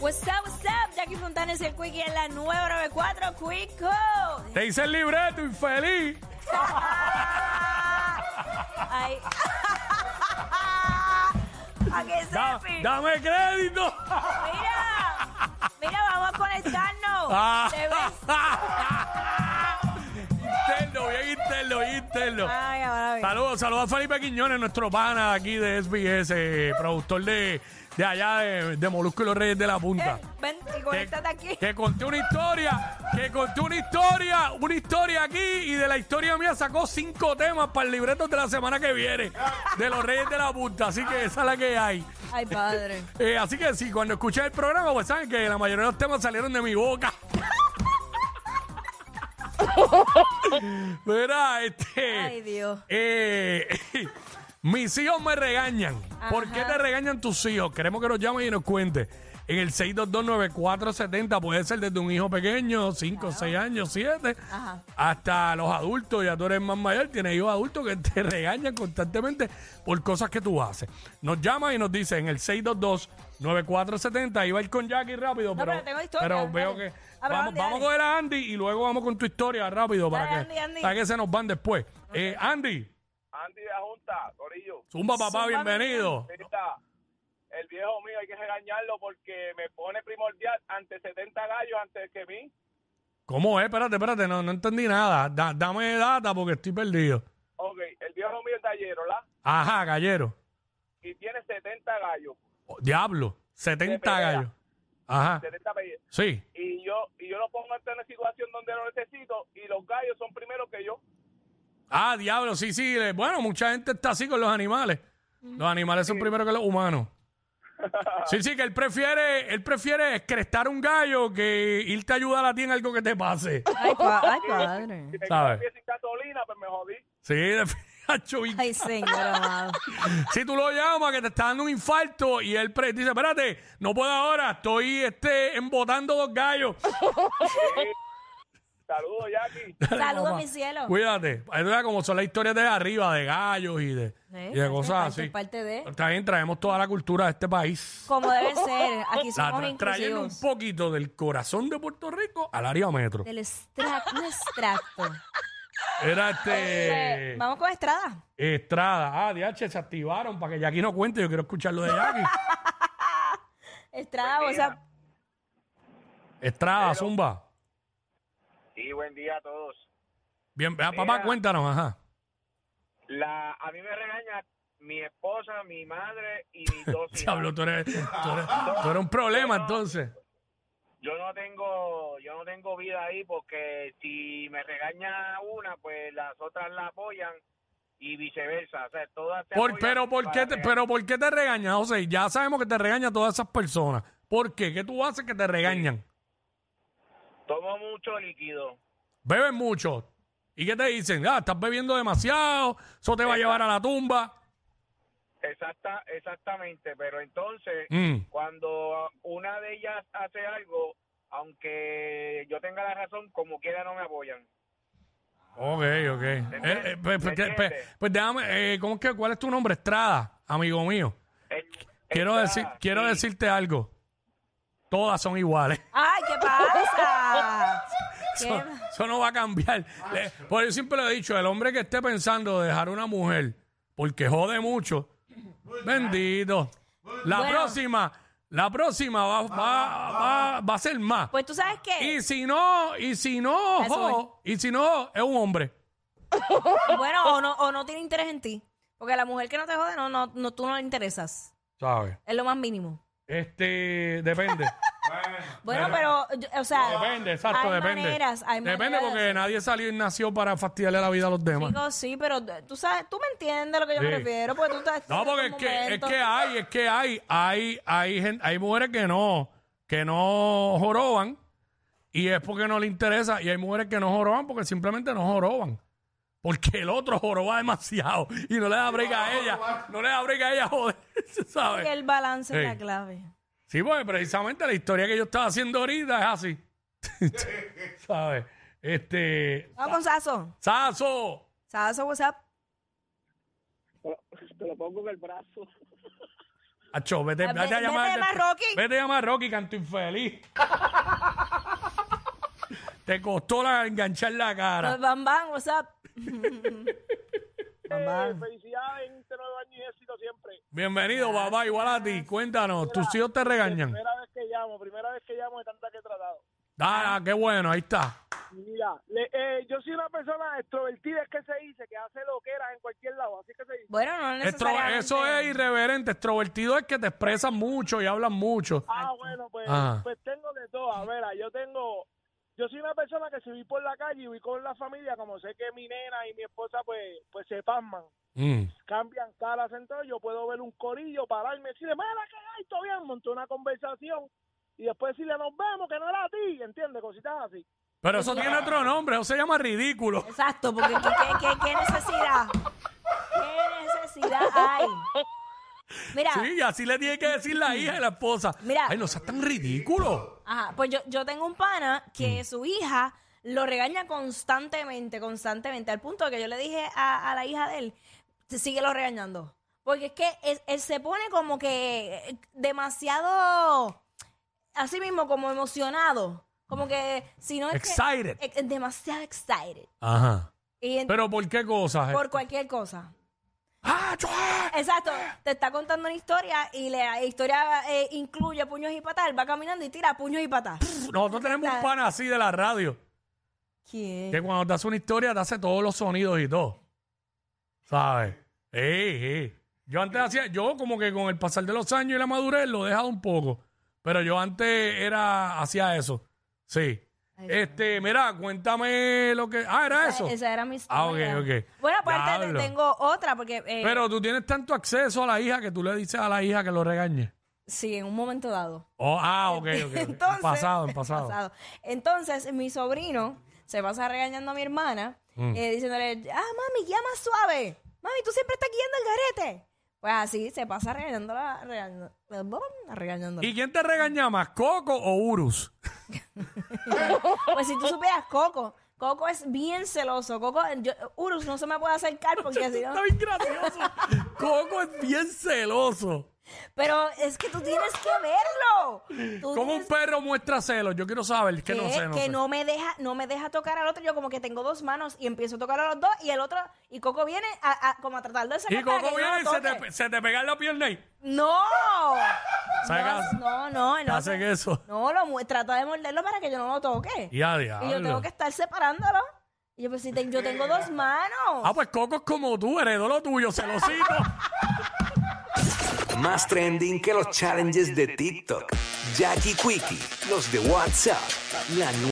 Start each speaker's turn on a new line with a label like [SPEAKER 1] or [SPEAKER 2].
[SPEAKER 1] What's up, what's up? Jackie Fontanes y el Quickie en la 994 Quico.
[SPEAKER 2] Te hice el libreto, infeliz.
[SPEAKER 1] Ay. ¿A qué
[SPEAKER 2] Da-
[SPEAKER 1] se
[SPEAKER 2] dame crédito.
[SPEAKER 1] Mira, mira, vamos a
[SPEAKER 2] Ah.
[SPEAKER 1] conectarnos. Te ves-
[SPEAKER 2] interno, bien interno, bien interno.
[SPEAKER 1] Ay, ahora bien.
[SPEAKER 2] Saludos, saludos a Felipe Quiñones, nuestro pana aquí de SBS, eh, productor de, de allá de, de Molusco y los Reyes de la Punta.
[SPEAKER 1] Eh, Ven y
[SPEAKER 2] Que,
[SPEAKER 1] conéctate aquí.
[SPEAKER 2] que conté una historia, que conté una historia, una historia aquí y de la historia mía sacó cinco temas para el libreto de la semana que viene de los Reyes de la Punta, así que esa es la que hay.
[SPEAKER 1] Ay, padre.
[SPEAKER 2] Eh, así que sí, cuando escuché el programa, pues saben que la mayoría de los temas salieron de mi boca. Mira, este.
[SPEAKER 1] Ay, Dios.
[SPEAKER 2] eh, mis hijos me regañan. ¿Por qué
[SPEAKER 1] Ajá.
[SPEAKER 2] te regañan tus hijos? Queremos que nos llamen y nos cuentes. En el 6229470 puede ser desde un hijo pequeño, 5, 6 años, 7,
[SPEAKER 1] Ajá.
[SPEAKER 2] hasta los adultos, ya tú eres más mayor, tienes hijos adultos que te regañan constantemente por cosas que tú haces. Nos llaman y nos dicen en el 622-9470, iba a ir con Jackie rápido,
[SPEAKER 1] No,
[SPEAKER 2] pero,
[SPEAKER 1] pero tengo historia,
[SPEAKER 2] pero veo
[SPEAKER 1] dale.
[SPEAKER 2] que...
[SPEAKER 1] Ah, pero
[SPEAKER 2] vamos,
[SPEAKER 1] Andy,
[SPEAKER 2] vamos
[SPEAKER 1] dale.
[SPEAKER 2] a coger a Andy y luego vamos con tu historia rápido para,
[SPEAKER 1] Dale, Andy,
[SPEAKER 2] que,
[SPEAKER 1] Andy.
[SPEAKER 2] para que se nos van después. Eh, Andy,
[SPEAKER 3] Andy de la Junta, Corillo.
[SPEAKER 2] Zumba papá,
[SPEAKER 1] Zumba,
[SPEAKER 2] bienvenido.
[SPEAKER 3] Mira, el viejo mío hay que regañarlo porque me pone primordial ante 70 gallos antes que mí.
[SPEAKER 2] ¿Cómo es? Espérate, espérate, no, no entendí nada. Da- dame data porque estoy perdido.
[SPEAKER 3] Ok, el viejo mío es tallero, ¿la?
[SPEAKER 2] Ajá, gallero.
[SPEAKER 3] Y tiene 70 gallos,
[SPEAKER 2] Oh, diablo, 70
[SPEAKER 3] De pelea.
[SPEAKER 2] gallos. Ajá,
[SPEAKER 3] 70 pelle-
[SPEAKER 2] sí.
[SPEAKER 3] Y yo, y yo lo pongo ante una situación donde lo necesito y los gallos son primero que yo.
[SPEAKER 2] Ah, diablo, sí, sí. le- Bueno, mucha gente está así con los animales. Los animales son primero que los humanos. Sí, sí, que él prefiere, él prefiere excretar un gallo que irte a ayudar a ti en algo que te pase.
[SPEAKER 1] Ay, pa- ay, padre.
[SPEAKER 3] Si me
[SPEAKER 2] ¿Sabes?
[SPEAKER 3] quedo pie sin gasolina, pues me jodí.
[SPEAKER 2] Sí, de hacho, bien
[SPEAKER 1] Ay, señor amado.
[SPEAKER 2] Si tú lo llamas que te está dando un infarto y él pre- dice, espérate, no puedo ahora, estoy este, embotando dos gallos.
[SPEAKER 3] Saludos, Jackie.
[SPEAKER 1] Saludos,
[SPEAKER 2] papá.
[SPEAKER 1] mi cielo.
[SPEAKER 2] Cuídate. Ahí tú ves como son las historias de arriba, de gallos y de,
[SPEAKER 1] Eh,
[SPEAKER 2] y de cosas
[SPEAKER 1] parte-
[SPEAKER 2] así.
[SPEAKER 1] parte de-
[SPEAKER 2] También traemos toda la cultura de este país.
[SPEAKER 1] Como debe ser. Aquí
[SPEAKER 2] La
[SPEAKER 1] somos
[SPEAKER 2] tra- trayendo un
[SPEAKER 1] inclusivos.
[SPEAKER 2] poquito del corazón de Puerto Rico al área metro.
[SPEAKER 1] Del extracto, un extracto.
[SPEAKER 2] Era este...
[SPEAKER 1] Vamos con Estrada.
[SPEAKER 2] Estrada. Ah, DH, se activaron para que Jackie no cuente. Yo quiero escuchar lo de Jackie.
[SPEAKER 1] Estrada, o sea,
[SPEAKER 2] Estrada, Zumba.
[SPEAKER 3] Y buen día a todos.
[SPEAKER 2] Bien, ah, papá,
[SPEAKER 3] Mira.
[SPEAKER 2] cuéntanos, ajá.
[SPEAKER 3] La, a mí me regaña mi esposa, mi madre y mis dos
[SPEAKER 2] Diablo, tú eres, tú eres- tú eres un problema entonces.
[SPEAKER 3] yo no tengo yo no tengo vida ahí porque si me regaña una pues las otras la apoyan y viceversa o sea todas te
[SPEAKER 2] Por-
[SPEAKER 3] apoyan
[SPEAKER 2] pero, ¿por qué
[SPEAKER 3] para
[SPEAKER 2] te,
[SPEAKER 3] regañar.
[SPEAKER 2] pero ¿por qué te regañan? O sea, ya sabemos que te regañan todas esas personas. ¿Por qué? ¿Qué tú haces que te regañan?
[SPEAKER 3] tomo mucho líquido
[SPEAKER 2] Beben mucho. ¿Y qué te dicen? Ah, estás bebiendo demasiado, eso te va a llevar a la tumba.
[SPEAKER 3] exacta exactamente pero entonces
[SPEAKER 2] Mm.
[SPEAKER 3] cuando una de ellas hace algo aunque yo tenga la razón como quiera no me apoyan
[SPEAKER 2] Ok, ok. Eh, eh, pues, pues, que- pues- pues déjame, eh, ¿cómo es que, ¿cuál es tu nombre? Estrada, amigo mío.
[SPEAKER 3] El-
[SPEAKER 2] Quiero,
[SPEAKER 3] esta-
[SPEAKER 2] decir, quiero
[SPEAKER 3] sí.
[SPEAKER 2] decirte algo. Todas son iguales.
[SPEAKER 1] ay, ¿qué pasa?
[SPEAKER 2] Eso,
[SPEAKER 1] ¿Qué?
[SPEAKER 2] eso no va a cambiar. Le- por yo siempre lo he dicho, el hombre que esté pensando dejar una mujer porque jode mucho, bendito. La
[SPEAKER 1] Bueno.
[SPEAKER 2] próxima, la próxima va, va, va- va a ser más.
[SPEAKER 1] Pues tú sabes qué.
[SPEAKER 2] Y si no, y si no,
[SPEAKER 1] Eso
[SPEAKER 2] jo, y si no, es un hombre.
[SPEAKER 1] Bueno, o no, o no tiene interés en ti. Porque la mujer que no te jode, no, no, no, tú no le interesas.
[SPEAKER 2] ¿Sabes?
[SPEAKER 1] Es lo más mínimo.
[SPEAKER 2] Este, depende.
[SPEAKER 1] Bueno, pero, yo- o sea.
[SPEAKER 2] depende, exacto,
[SPEAKER 1] hay
[SPEAKER 2] depende.
[SPEAKER 1] Maneras, hay
[SPEAKER 2] depende
[SPEAKER 1] maneras de
[SPEAKER 2] porque nadie salió y nació para fastidiarle la vida a los demás.
[SPEAKER 1] Digo, sí, pero tú sabes, tú me entiendes a lo que yo me
[SPEAKER 2] Sí.
[SPEAKER 1] refiero, porque tú estás
[SPEAKER 2] No, porque es
[SPEAKER 1] en un
[SPEAKER 2] que, es
[SPEAKER 1] momento.
[SPEAKER 2] que hay, es que hay, hay, hay, gen- hay mujeres que no, que no joroban y es porque no le interesa y hay mujeres que no joroban porque simplemente no joroban. Porque el otro joroba demasiado y no le da break a ella, no le da break a ella, joder,
[SPEAKER 1] Y
[SPEAKER 2] ¿sabes?
[SPEAKER 1] el balance es
[SPEAKER 2] Sí.
[SPEAKER 1] la clave.
[SPEAKER 2] Sí, porque precisamente la historia que yo estaba haciendo ahorita es así, ¿sabes? Este,
[SPEAKER 1] Vamos con Saso.
[SPEAKER 2] Saso,
[SPEAKER 1] Saso, what's up?
[SPEAKER 4] Te lo pongo en el brazo.
[SPEAKER 2] Ay, Acho, vete,
[SPEAKER 1] Ah, Ve-
[SPEAKER 2] vete a
[SPEAKER 1] vete
[SPEAKER 2] llamar.
[SPEAKER 1] a llamar a Rocky.
[SPEAKER 2] Vete a llamar a Rocky, canto infeliz. Te costó la, enganchar la cara.
[SPEAKER 1] Pues, Bam bam, what's up? bam bam.
[SPEAKER 4] Felicidades, 29 años este y éxito siempre.
[SPEAKER 2] Bienvenido, papá, igual a ti. Cuéntanos, tus hijos te regañan.
[SPEAKER 4] Primera vez que llamo, primera vez que llamo de tanta que he tratado.
[SPEAKER 2] Ah, qué bueno, ahí está.
[SPEAKER 4] Mira, le- eh, yo soy una persona extrovertida, es que se dice, que hace loqueras en cualquier lado, así que se dice.
[SPEAKER 1] Bueno, no
[SPEAKER 2] Extro-
[SPEAKER 1] necesariamente.
[SPEAKER 2] eso es irreverente. Extrovertido es que te expresan mucho y hablan mucho.
[SPEAKER 4] Ah, bueno, pues,
[SPEAKER 2] Ajá.
[SPEAKER 4] pues tengo de todo. A ver, yo tengo... Yo soy una persona que si voy por la calle y voy con la familia, como sé que mi nena y mi esposa pues pues se pasman,
[SPEAKER 2] Mm.
[SPEAKER 4] cambian caras, entonces yo puedo ver un corillo, pararme y decirle, mira que hay, todo bien, monté una conversación y después decirle, nos vemos, que no era a ti, ¿entiendes? Cositas así.
[SPEAKER 2] Pero eso tiene otro nombre, eso se llama ridículo.
[SPEAKER 1] Exacto, porque ¿qué, qué- qué- qué necesidad? ¿Qué necesidad hay? Mira,
[SPEAKER 2] Sí, y así le tiene que decir la hija y la esposa.
[SPEAKER 1] Mira.
[SPEAKER 2] Ay, no seas tan ridículo.
[SPEAKER 1] ajá, pues yo, yo tengo un pana
[SPEAKER 2] Mm.
[SPEAKER 1] que su hija lo regaña constantemente, constantemente, al punto de que yo le dije a, a la hija de él, "Te sigue lo regañando. Porque es que es- él se pone como que eh, demasiado, así mismo, como emocionado. Como que, si no es que-
[SPEAKER 2] Excited.
[SPEAKER 1] eh, eh, demasiado excited.
[SPEAKER 2] Ajá.
[SPEAKER 1] Y en-
[SPEAKER 2] Pero ¿por qué cosas?
[SPEAKER 1] por cualquier cosa.
[SPEAKER 2] ¡Ah, chua!
[SPEAKER 1] Exacto, te está contando una historia y la historia eh, incluye puños y patas. Él va caminando y tira puños y patas.
[SPEAKER 2] Nosotros tenemos un pan así de la radio,
[SPEAKER 1] ¿Quién?
[SPEAKER 2] que cuando te hace una historia te hace todos los sonidos y todo. ¿Sabes? Sí, sí. Yo antes hacía, yo como que con el pasar de los años y la madurez lo he dejado un poco. Pero yo antes era, hacía eso. Sí. Este, mira, cuéntame lo que. Ah, era eso.
[SPEAKER 1] Esa era mi historia.
[SPEAKER 2] Ah, ok, ok.
[SPEAKER 1] Bueno, aparte te
[SPEAKER 2] Diablo.
[SPEAKER 1] tengo otra porque eh,
[SPEAKER 2] Pero tú tienes tanto acceso a la hija que tú le dices a la hija que lo regañe.
[SPEAKER 1] sí, en un momento dado.
[SPEAKER 2] Oh, ah, ok, ok. ok. en pasado, en pasado.
[SPEAKER 1] pasado. Entonces, mi sobrino se pasa regañando a mi hermana,
[SPEAKER 2] Mm.
[SPEAKER 1] eh, diciéndole, ah, mami, guía más suave. Mami, tú siempre estás guiando el garete. Pues así se pasa regañándola, regañando, regañándola.
[SPEAKER 2] ¿Y quién te regaña más, Coco o Urus?
[SPEAKER 1] Pues si tú supieras Coco, Coco es bien celoso. Coco, yo- Urus no se me puede acercar porque si no.
[SPEAKER 2] Está bien gracioso. Coco es bien celoso.
[SPEAKER 1] Pero es que tú tienes que verlo. Tú
[SPEAKER 2] Como un
[SPEAKER 1] tienes
[SPEAKER 2] perro muestra celos. Yo quiero saber, que no sé, no
[SPEAKER 1] que
[SPEAKER 2] sé.
[SPEAKER 1] me deja, no me deja tocar al otro. Yo como que tengo dos manos y empiezo a tocar a los dos y el otro y Coco viene a, a- como a tratar de sacar
[SPEAKER 2] Y Coco viene y se te,
[SPEAKER 1] no.
[SPEAKER 2] se te pega en la pierna y
[SPEAKER 1] No.
[SPEAKER 2] Sacas-
[SPEAKER 1] No, no,
[SPEAKER 2] te
[SPEAKER 1] no.
[SPEAKER 2] hacen eso.
[SPEAKER 1] No, lo mu- trata de morderlo para que yo no lo toque.
[SPEAKER 2] Y a
[SPEAKER 1] Y yo tengo
[SPEAKER 2] diablo.
[SPEAKER 1] que estar separándolo. Y yo pues si te- yo tengo dos manos.
[SPEAKER 2] Ah, pues Coco es como tú, heredó lo tuyo, celosito.
[SPEAKER 5] Más trending que los challenges de TikTok. Jackie Quickie, los de WhatsApp, la